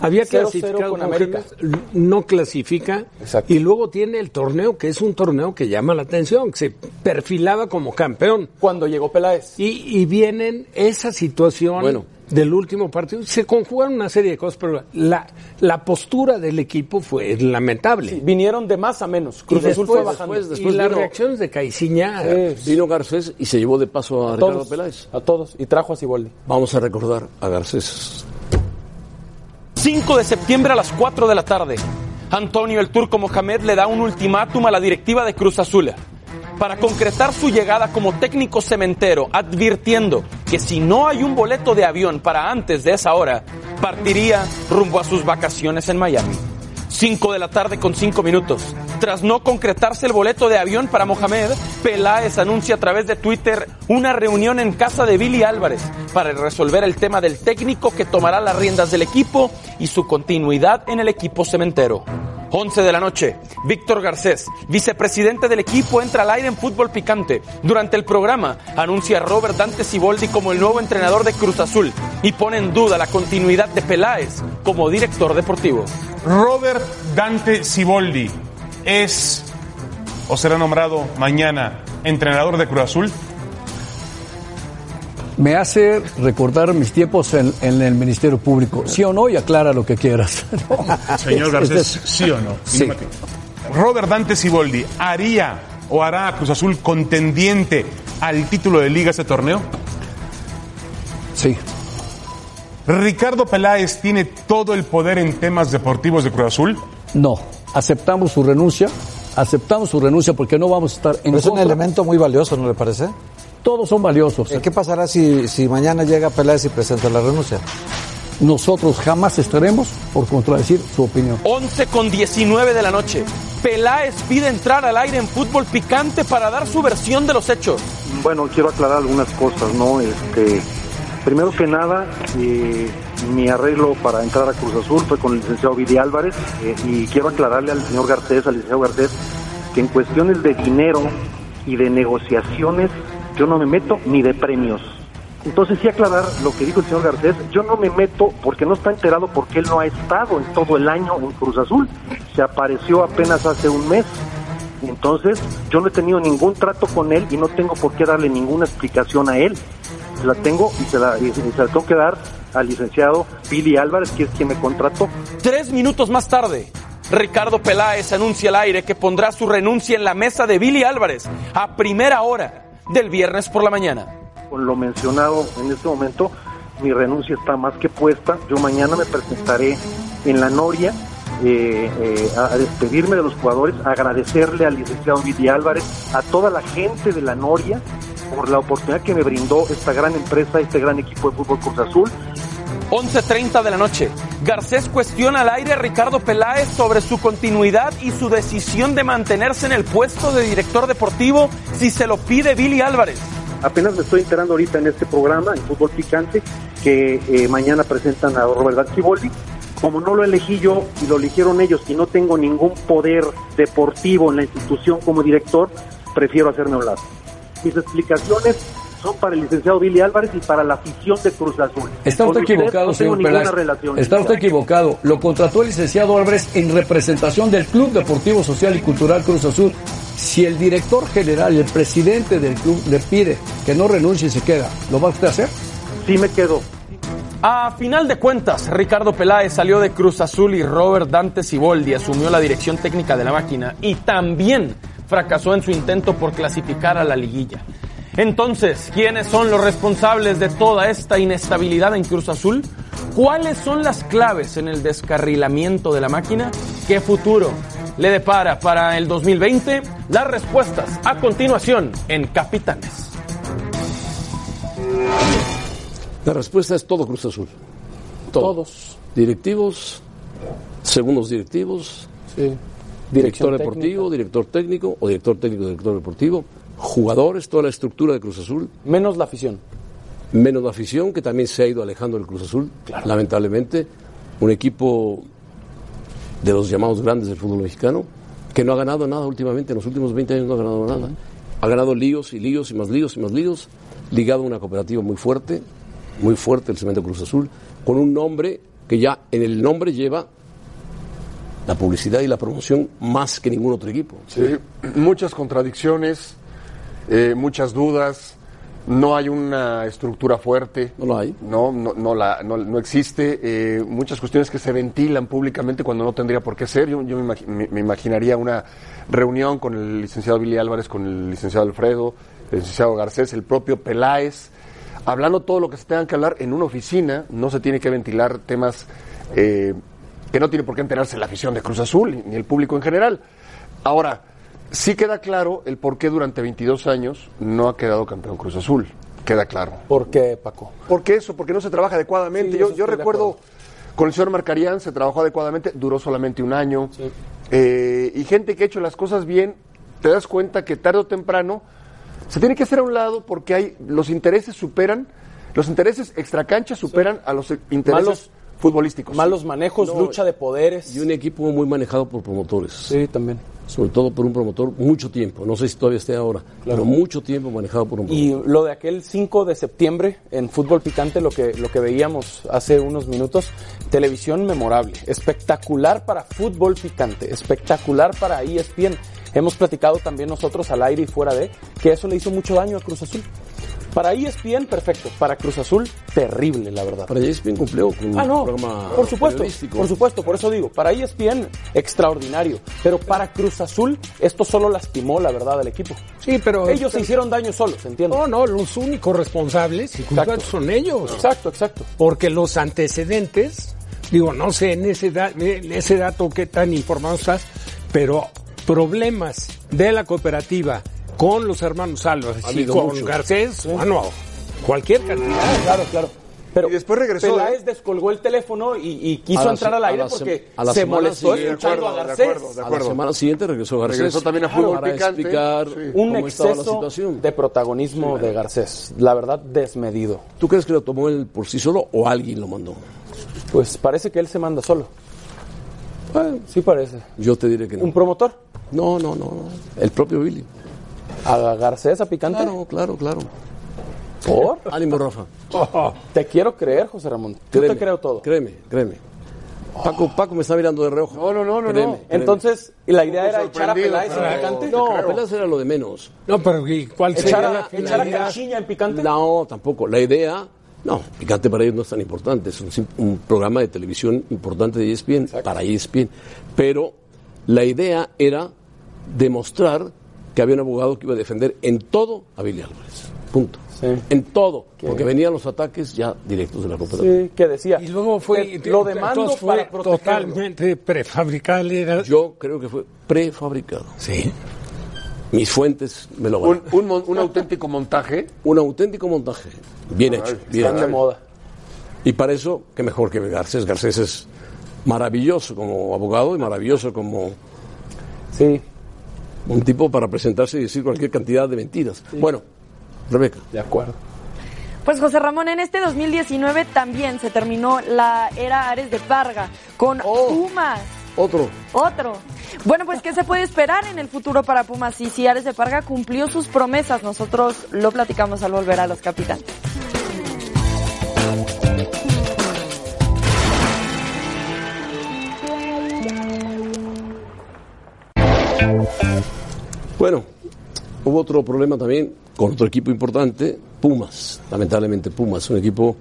había 0-0 clasificado con con, América. Gemes, no clasifica. Y luego tiene el torneo, que es un torneo que llama la atención, que se perfilaba como campeón. Cuando llegó Peláez. Y, y vienen esa situación Bueno. del último partido. Se conjugaron una serie de cosas, pero la, la postura del equipo fue lamentable. vinieron de más a menos. Cruz Y Azul después- fue bajando. después- después Y las vino- reacciones de Caiciña. Vino Garcés y se llevó de paso a, A Ricardo todos, Peláez. a todos, y trajo a Ciboldi. Vamos a recordar a Garcés. 5 de septiembre a las 4 de la tarde. Antonio el Turco Mohamed le da un ultimátum a la directiva de Cruz Azul para concretar su llegada como técnico cementero, advirtiendo que si no hay un boleto de avión para antes de esa hora, partiría rumbo a sus vacaciones en Miami. 5 de la tarde con 5 minutos. Tras no concretarse el boleto de avión para Mohamed, Peláez anuncia a través de Twitter una reunión en casa de Billy Álvarez para resolver el tema del técnico que tomará las riendas del equipo y su continuidad en el equipo cementero. 11 de la noche, Víctor Garcés, vicepresidente del equipo, entra al aire en fútbol picante. Durante el programa, anuncia a Robert Dante Siboldi como el nuevo entrenador de Cruz Azul y pone en duda la continuidad de Peláez como director deportivo. Robert Dante Ciboldi es o será nombrado mañana entrenador de Cruz Azul. Me hace recordar mis tiempos en, en el Ministerio Público. Sí o no y aclara lo que quieras. No. Señor Garcés, ¿sí o no? Sí. Robert Dante Ciboldi haría o hará a Cruz Azul contendiente al título de liga este torneo. Sí. ¿Ricardo Peláez tiene todo el poder en temas deportivos de Cruz Azul? No, aceptamos su renuncia, aceptamos su renuncia porque no vamos a estar en Pero es un contra. elemento muy valioso, ¿no le parece? Eh, Todos son valiosos. ¿eh? ¿Qué pasará si, si mañana llega Peláez y presenta la renuncia? Nosotros jamás estaremos por contradecir su opinión. 11 con 19 de la noche. Peláez pide entrar al aire en fútbol picante para dar su versión de los hechos. Bueno, quiero aclarar algunas cosas, ¿no? Este, primero que nada, eh, mi arreglo para entrar a Cruz Azul fue con el licenciado Vidi Álvarez eh, y quiero aclararle al señor Garcés, al licenciado Garcés, que en cuestiones de dinero y de negociaciones yo no me meto ni de premios. Entonces sí aclarar lo que dijo el señor Garcés, yo no me meto porque no está enterado porque él no ha estado en todo el año en Cruz Azul, se apareció apenas hace un mes. Entonces, yo no he tenido ningún trato con él y no tengo por qué darle ninguna explicación a él. Se la tengo y se la, y se la tengo que dar al licenciado Billy Álvarez, que es quien me contrató. Tres minutos más tarde, Ricardo Peláez anuncia al aire que pondrá su renuncia en la mesa de Billy Álvarez a primera hora del viernes por la mañana. Con lo mencionado en este momento, mi renuncia está más que puesta. Yo mañana me presentaré en la Noria eh, eh, a a despedirme de los jugadores, agradecerle al licenciado Vidi Álvarez, a toda la gente de la Noria por la oportunidad que me brindó esta gran empresa, este gran equipo de fútbol Cruz Azul. 11.30 de la noche. Garcés cuestiona al aire a Ricardo Peláez sobre su continuidad y su decisión de mantenerse en el puesto de director deportivo si se lo pide Billy Álvarez. Apenas me estoy enterando ahorita en este programa, en Fútbol Picante, que eh, mañana presentan a Robert Ciboldi. Como no lo elegí yo y lo eligieron ellos y no tengo ningún poder deportivo en la institución como director, prefiero hacerme a un lado. Mis explicaciones son para el licenciado Billy Álvarez y para la afición de Cruz Azul. Está Con usted usted equivocado, no tengo señor ninguna Peláez. relación. Está usted equivocado. Lo contrató el licenciado Álvarez en representación del Club Deportivo Social y Cultural Cruz Azul. Si el director general, el presidente del club, le pide que no renuncie y se queda, ¿lo va usted a hacer? Sí, me quedo. A final de cuentas, Ricardo Peláez salió de Cruz Azul y Robert Dante Siboldi asumió la dirección técnica de la máquina y también fracasó en su intento por clasificar a la liguilla. Entonces, ¿quiénes son los responsables de toda esta inestabilidad en Cruz Azul? ¿Cuáles son las claves en el descarrilamiento de la máquina? ¿Qué futuro le depara para el 2020? Las respuestas a continuación en Capitanes. La respuesta es todo Cruz Azul. Todos. Directivos, segundos directivos, director Dirección deportivo, director técnico o director técnico, director deportivo, jugadores, toda la estructura de Cruz Azul. Menos la afición. Menos la afición, que también se ha ido alejando del Cruz Azul, lamentablemente. Un equipo de los llamados grandes del fútbol mexicano, que no ha ganado nada últimamente, en los últimos 20 años no ha ganado nada. Ha ganado líos y líos y más líos y más líos, ligado a una cooperativa muy fuerte, muy fuerte, el Cemento Cruz Azul, con un nombre que ya en el nombre lleva la publicidad y la promoción más que ningún otro equipo. Sí, muchas contradicciones, eh, muchas dudas, no hay una estructura fuerte. No la hay. No, no, la, no, no existe. eh, muchas cuestiones que se ventilan públicamente cuando no tendría por qué ser. Yo, yo me, imagi- me- me imaginaría una reunión con el licenciado Billy Álvarez, con el licenciado Alfredo, el licenciado Garcés, el propio Peláez, hablando todo lo que se tengan que hablar en una oficina. No se tiene que ventilar temas eh, que no tiene por qué enterarse la afición de Cruz Azul ni el público en general. Ahora, sí queda claro el por qué durante 22 años no ha quedado campeón Cruz Azul. Queda claro. ¿Por qué, Paco? Porque eso, porque no se trabaja adecuadamente. Sí, yo eso yo estoy de recuerdo con el señor Marcarián se trabajó adecuadamente, duró solamente un año. Eh, y gente que ha hecho las cosas bien, te das cuenta que tarde o temprano se tiene que hacer a un lado porque hay los intereses superan, los intereses extracancha superan a los eh, intereses Malos- futbolísticos. Pues Malos manejos, No, lucha de poderes. Y un equipo muy manejado por promotores. Sí, también. Sobre todo por un promotor mucho tiempo, no sé si todavía esté ahora, pero mucho tiempo manejado por un promotor. Y lo de aquel 5 de septiembre en Fútbol Picante, lo que, lo que veíamos hace unos minutos, televisión memorable, espectacular para Fútbol Picante, espectacular para E ESPN. Hemos platicado también nosotros al aire y fuera de que eso le hizo mucho daño a Cruz Azul. Para E ESPN, perfecto. Para Cruz Azul, terrible, la verdad. Para E ESPN cumplió con Ah, no, un programa por supuesto, periodístico. por supuesto, por eso digo, para E ESPN, extraordinario, pero para Cruz Azul, esto solo lastimó, la verdad, al equipo. Sí, pero... Ellos se hicieron daño solos, ¿entiendes? No, no, los únicos responsables y culpables son ellos. Exacto, exacto. Porque los antecedentes, digo, no sé en ese, da- en ese dato qué tan informado estás, pero problemas de la cooperativa con los hermanos Álvarez Ha y habido con muchos. Garcés, Sí. bueno, cualquier cantidad. Claro, claro. Pero y después Peláez ¿eh? descolgó el teléfono y, y quiso A la entrar se- al a aire la se- porque a la se semana molestó siguiente. escuchando De a acuerdo, de Garcés. acuerdo, de A la acuerdo. semana siguiente regresó Garcés. Regresó también a Claro, Fútbol para Picante. explicar Sí. un cómo estaba la exceso de protagonismo de Garcés. La verdad, desmedido. ¿Tú crees que lo tomó él por sí solo o alguien lo mandó? Pues parece que él se manda solo. Bueno, sí parece. Yo te diré que no. ¿Un promotor? No, no, no. El propio Billy. ¿A Garcés, a Picante? Claro, claro, claro. ¿Por? Ánimo, Rafa. Te quiero creer, José Ramón. Yo te creo todo. Créeme, créeme. Paco, Paco me está mirando de reojo. No, no, no, no. Entonces, ¿la idea era echar a Peláez en Picante? No, Claro. Peláez era lo de menos. No, pero ¿y ¿cuál Echar sería a- la echar a finalidad? Caixinha en Picante? No, tampoco. La idea, no, Picante para ellos no es tan importante. Es un, sim- un programa de televisión importante de E ESPN, para ESPN. Pero la idea era demostrar que había un abogado que iba a defender en todo a Billy Álvarez. Punto. En todo. Porque venían los ataques ya directos de la cooperativa. Sí, que decía. Y luego fue Lo demando entonces fue para protegerlo. totalmente prefabricado. Era... Yo creo que fue prefabricado. Sí. Mis fuentes me lo Un, van. un mon- un auténtico montaje. Un auténtico montaje. Bien Ay, hecho. están Bien de hecho. moda. Y para eso, qué mejor que Garcés. Garcés es maravilloso como abogado y maravilloso como. Sí. Un tipo para presentarse y decir cualquier cantidad de mentiras. Bueno, Rebeca. De acuerdo. Pues José Ramón, en este 2019 también se terminó la era Ares de Parga con Pumas. Otro. Otro. Bueno, pues ¿qué se puede esperar en el futuro para Pumas? Y si Ares de Parga cumplió sus promesas, nosotros lo platicamos al volver a los capitanes. Bueno, hubo otro problema también con otro equipo importante, Pumas. Lamentablemente, Pumas. Un equipo,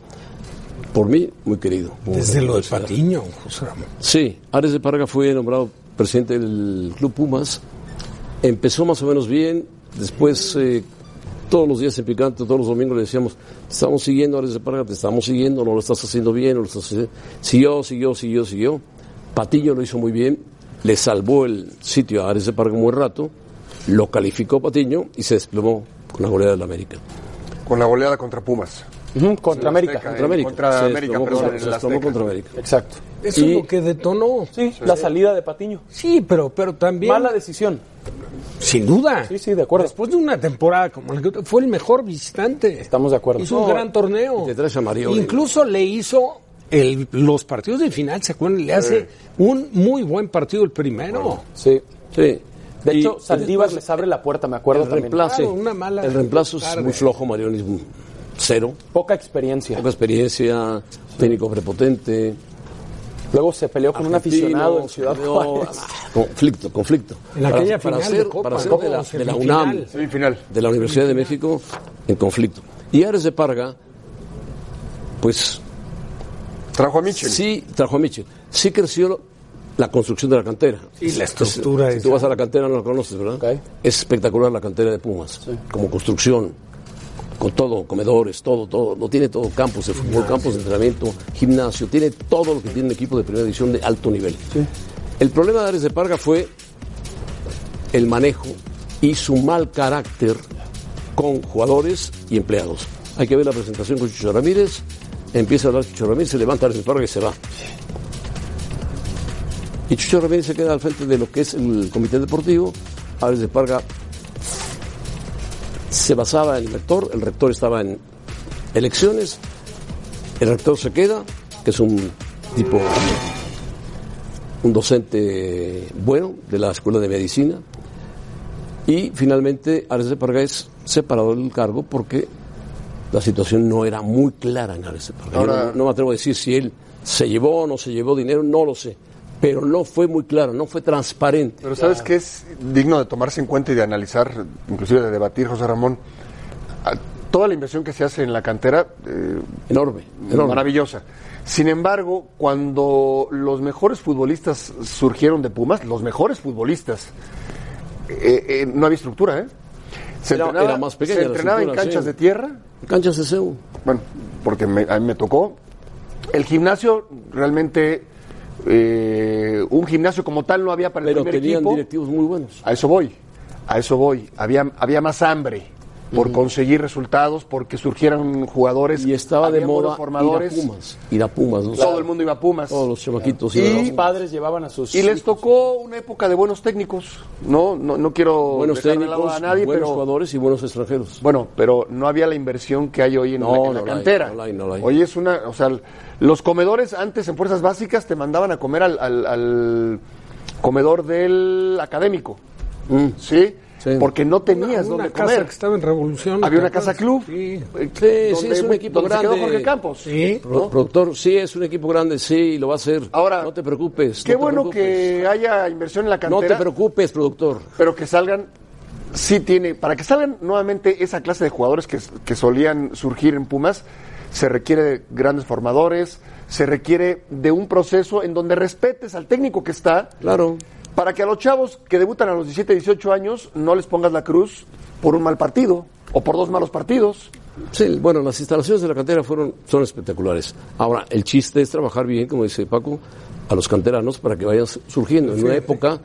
por mí, muy querido. Desde lo de Patiño, José Ramón. Sí, Ares de Parga fue nombrado presidente del Club Pumas. Empezó más o menos bien. Después, eh, todos los días en picante, todos los domingos le decíamos: Te estamos siguiendo, Ares de Parga, te estamos siguiendo, no lo estás haciendo bien, no lo estás haciendo. Siguió, siguió, siguió, siguió. Patiño lo hizo muy bien. Le salvó el sitio a Ares de Parga un buen rato. Lo calificó Patiño y se desplomó con la goleada del América. Con la goleada contra Pumas. contra En el América. Azteca, en- eh, Contra América. Contra Se América, desplomó perdón. contra- en se el desplomó Azteca. contra América. Exacto. Eso Y- es lo que detonó. Sí, la salida de Patiño. Sí, pero, pero también. Mala decisión. Sin duda. Sí, sí, de acuerdo. Después de una temporada como la que fue el mejor visitante. Estamos de acuerdo. Hizo un gran torneo. Te traes a Mario. Incluso le hizo el- los partidos de final, ¿se acuerdan? Le hace un muy buen partido el primero. Sí. Sí. De Y- hecho, y Saldívar después- les abre la puerta, me acuerdo el también. reemplazo, Ah, Claro, una mala el reemplazo es tarde. muy flojo, Marioni, es un cero. Poca experiencia. Poca experiencia, técnico prepotente. Luego se peleó con un aficionado en Ciudad Juárez. Conflicto, conflicto. En aquella final de ser, Copa, para ser ¿no? de la, de la Semifinal. UNAM, de la Universidad de México, en conflicto. Y Ares de Parga, pues... Trajo a Mitchell. Sí, trajo a Mitchell. Sí creció la construcción de la cantera. Y la estructura Si es- tú vas a la cantera, no la conoces, ¿verdad? Es espectacular la cantera de Pumas, como construcción, con todo, comedores, todo, todo, lo tiene todo, campos de fútbol, campos de entrenamiento, gimnasio, tiene todo lo que tiene un equipo de primera división de alto nivel. El problema de Ares de Parga fue el manejo y su mal carácter con jugadores y empleados. Hay que ver la presentación con Chicho Ramírez, empieza a hablar Chicho Ramírez, se levanta Ares de Parga y se va. Y Chucho Ramírez se queda al frente de lo que es el comité deportivo. Ares de Parga se basaba en el rector, el rector estaba en elecciones, el rector se queda, que es un tipo, un docente bueno de la Escuela de Medicina, y finalmente Ares de Parga es separado del cargo porque la situación no era muy clara en Ares de Parga. Yo Ahora- no, no me atrevo a decir si él se llevó o no se llevó dinero, no lo sé, pero no fue muy claro, no fue transparente. Pero ¿sabes qué es digno de tomarse en cuenta y de analizar, inclusive de debatir, José Ramón? A- toda la inversión que se hace en la cantera. eh, enorme. Maravillosa. Sin embargo, cuando los mejores futbolistas surgieron de Pumas, los mejores futbolistas, eh, eh, no había estructura, ¿eh? Se Era- entrenaba, era más pequeña se la entrenaba en estructura, canchas sí. de tierra. Canchas de CEU. Bueno, porque me- a mí me tocó. El gimnasio, realmente, eh, un gimnasio como tal no había para el Pero primer tenían equipo. directivos muy buenos. A eso voy, a eso voy. Había, había más hambre por conseguir resultados, porque surgieran jugadores. Y estaba de moda ir a formadores. Pumas. Ir a Pumas. ¿no? Todo el mundo iba a Pumas. Todos los chamaquitos Claro. iban a Y- Los padres llevaban a sus. Y les tocó una época de buenos técnicos. No, no, no quiero Buenos dejar de lado técnicos, a nadie, buenos pero jugadores y buenos extranjeros. bueno, pero no había la inversión que hay hoy en No, la, en la no la hay, cantera. no la hay, no la hay. Hoy es una, o sea, l- los comedores antes en fuerzas básicas te mandaban a comer al, al- al comedor del académico, Mm. ¿sí? Porque no tenías Una donde casa comer. que estaba en revolución. Había una ¿te acuerdas? casa club. Sí. Sí, sí, es un equipo eh, donde se grande. quedó Jorge Campos. Sí. Pro- Productor, sí, es un equipo grande, sí, lo va a hacer. Ahora, no te preocupes. Qué no te bueno preocupes. que haya inversión en la No cantera. te preocupes, productor. pero que salgan, sí tiene, para que salgan nuevamente esa clase de jugadores que, que solían surgir en Pumas, se requiere de grandes formadores, se requiere de un proceso en donde respetes al técnico que está. Claro. Para que a los chavos que debutan a los 17, 18 años no les pongas la cruz por un mal partido o por dos malos partidos. Sí, bueno, las instalaciones de la cantera fueron, son espectaculares. Ahora, el chiste es trabajar bien, como dice Paco, a los canteranos para que vayan surgiendo. En una Sí. época,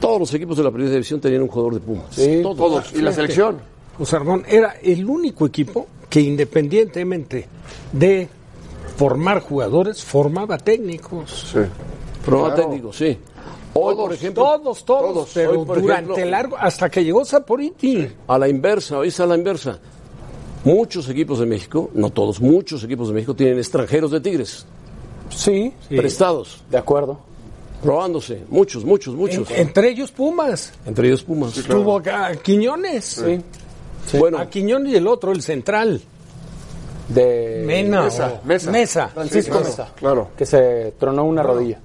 todos los equipos de la primera división tenían un jugador de Pumas. todos. Y la Fíjate, selección. José Ramón era el único equipo que independientemente de formar jugadores, formaba técnicos. Sí. Programa técnico, sí. Hoy, por ejemplo, todos, todos, todos. pero Hoy, por durante ejemplo- largo, hasta que llegó Saporiti. A la inversa, hoy es a la inversa. Muchos equipos de México, no todos, muchos equipos de México tienen extranjeros de Tigres. Sí. Prestados. De acuerdo. Probándose. Muchos, muchos, muchos. En- entre ellos Pumas. Entre ellos Pumas. Estuvo acá a Quiñones. Sí. Bueno. A Quiñones y el otro, el central. De Mena. Mesa, o- Mesa. Francisco Sí, Mesa. Claro. Que se tronó una rodilla.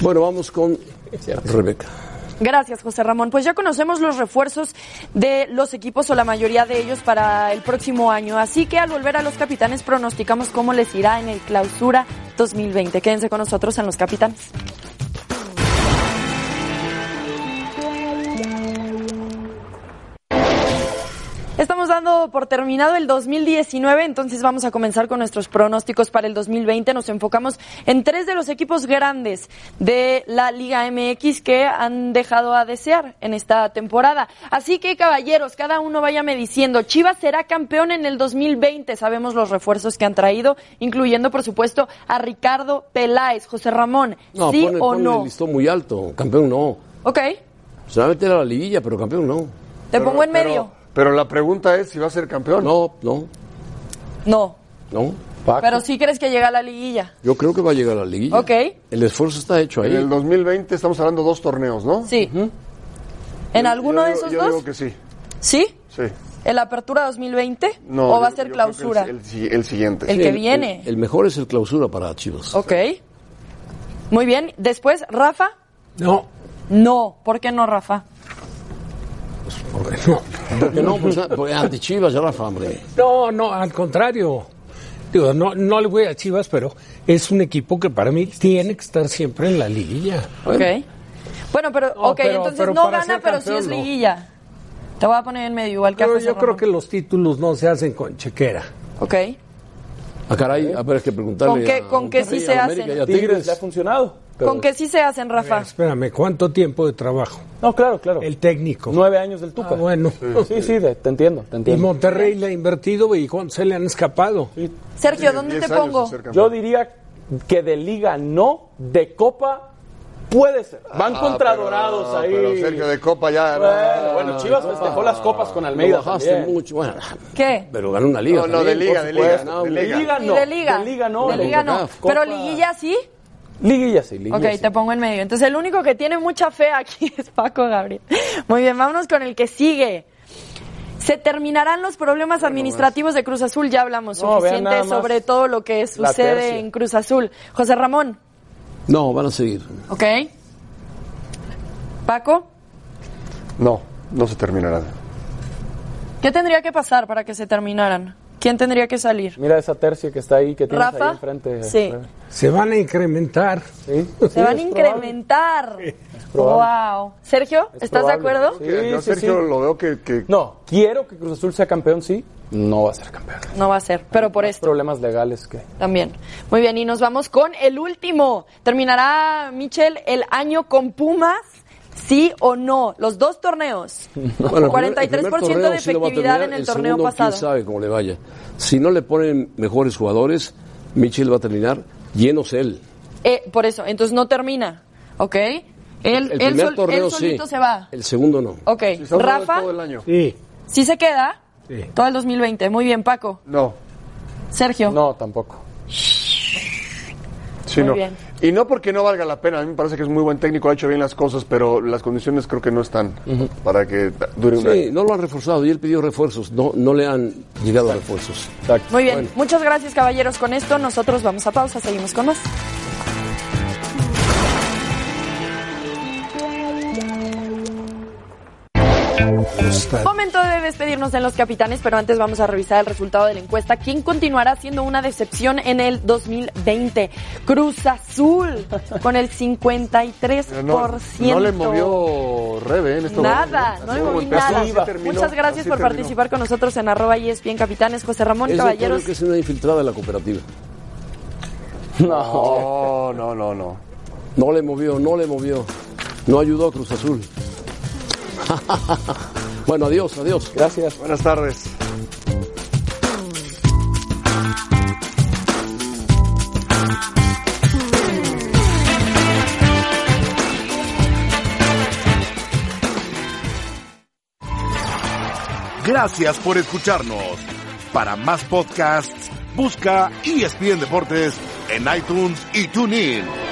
Bueno, vamos con Rebeca. Gracias, José Ramón. Pues ya conocemos los refuerzos de los equipos o la mayoría de ellos para el próximo año. Así que al volver a los capitanes pronosticamos cómo les irá en el clausura 2020. Quédense con nosotros en los capitanes. Estamos dando por terminado el 2019, entonces vamos a comenzar con nuestros pronósticos para el 2020. Nos enfocamos en tres de los equipos grandes de la Liga MX que han dejado a desear en esta temporada. Así que, caballeros, cada uno váyame diciendo, Chivas será campeón en el 2020. Sabemos los refuerzos que han traído, incluyendo, por supuesto, a Ricardo Peláez. José Ramón, No, ¿sí pone, o pone no? el listón muy alto. Campeón no. Ok, Se va a meter a la liguilla, pero campeón no. te pongo en medio. Pero la pregunta es si va a ser campeón. No, no, No, no. pero sí crees que llega a la liguilla. Yo creo que va a llegar a la liguilla. Ok. El esfuerzo está hecho ahí. En el 2020 estamos hablando de dos torneos, ¿no? Sí. ¿En alguno de esos yo dos? digo que sí. ¿Sí? Sí. ¿El Apertura 2020? No, ¿O yo- va a ser yo creo que clausura? el- el- el siguiente. El que viene. El, mejor es el clausura para Chivas. Ok. Muy bien. Después, Rafa. No. No. ¿Por qué no, Rafa? Porque no, pues, ah, pues, anti Chivas ya la hambre. No, no, al contrario. Digo, no, no le voy a Chivas, pero es un equipo que para mí tiene que estar siempre en la liguilla. Ok. Bueno, pero, No, ok, pero- entonces pero no para gana, ser pero sí campeón, es no. liguilla. Te voy a poner en medio, igual que a Pero José yo creo Ramón. que los títulos no se hacen con chequera. Ok. A Ah, caray, a ver, hay que preguntarle. ¿Con qué- a con qué Monterrey, sí se a América hacen? y a Tigres Tigres. le ha funcionado. ¿Con qué sí se hacen, Rafa? Espérame, ¿cuánto tiempo de trabajo? No, claro, claro. El técnico. Nueve años del Tuca. bueno. Sí, sí, de- te entiendo, Y te entiendo. Monterrey le ha invertido y cuántos se le han escapado. Sergio, ¿dónde te pongo? Yo diría que de liga no, de copa puede ser. Van Ah, contra pero- Dorados ahí. Pero Sergio de Copa ya. no, Bueno, no, bueno, no, Chivas no, festejó no, las no, copas no, con no, Almeida no, bajaste también. mucho. Bueno, ¿Qué? Pero ganó una liga. No, no, de también, liga, por de supuesto. liga, No, de liga. Y de liga. De liga no, De la liga no. CONCACAF. Pero Copa. liguilla sí. Liguilla sí, liguilla Ok, sí. te pongo en medio. Entonces, el único que tiene mucha fe aquí es Paco Gabriel. Muy bien, vámonos con el que sigue. Se terminarán los problemas administrativos de Cruz Azul. Ya hablamos No, vean suficiente nada más sobre todo lo que la tercia. sucede en Cruz Azul. José Ramón, No, van a seguir. ¿ok? Paco, No, no se terminará. ¿Qué tendría que pasar para que se terminaran? ¿Quién tendría que salir? Mira esa tercia que está ahí, que tienes ¿Rafa? ahí enfrente. Sí. Se van a incrementar. Se van a incrementar. probable. Wow. Sergio, ¿estás de acuerdo? yo Sergio lo veo que, No, quiero que Cruz Azul sea campeón, sí. No va a ser campeón. No va a ser, pero por esto Problemas legales que... también. Muy bien, y nos vamos con el último. ¿Terminará Michel el año con Pumas? ¿Sí o no? Los dos torneos. Bueno, el primer- el 43% primer de torneo sí lo va a efectividad terminar, en el, torneo segundo, pasado. Quién sabe cómo le vaya. Si no le ponen mejores jugadores, Michel va a terminar llenos él. Eh, por eso, entonces no termina. ¿Ok? Él, El él primer sol- él torneo solito sí. se va. El segundo no. Ok. son Rafa, Sí. ¿sí se queda? Sí. Todo el 2020. Muy bien, Paco. No. Sergio. No, tampoco. Sí, Muy no. bien. Y no porque no valga la pena, a mí me parece que es muy buen técnico, ha hecho bien las cosas, pero las condiciones creo que no están para que ta- dure un Sí, año. no lo han reforzado y él pidió refuerzos. No, no le han llegado refuerzos. Muy bien. Bueno. Muchas gracias, caballeros. Con esto nosotros vamos a pausa. Seguimos con más. Momento de despedirnos de los capitanes, pero antes vamos a revisar el resultado de la encuesta. ¿Quién continuará siendo una decepción en el 2020? Cruz Azul, con el 53%. Pero No, no le movió Rebe en este esto. Nada, no le moví nada. Muchas gracias por participar con nosotros en arroba ESPN Capitanes. José Ramón Eso Caballeros. creo que es una infiltrada de la cooperativa. No, no, no, no. No le movió, no le movió. No ayudó a Cruz Azul. bueno, adiós, adiós. Gracias. Buenas tardes. Gracias por escucharnos. Para E más podcasts, busca ESPN Deportes en iTunes y TuneIn.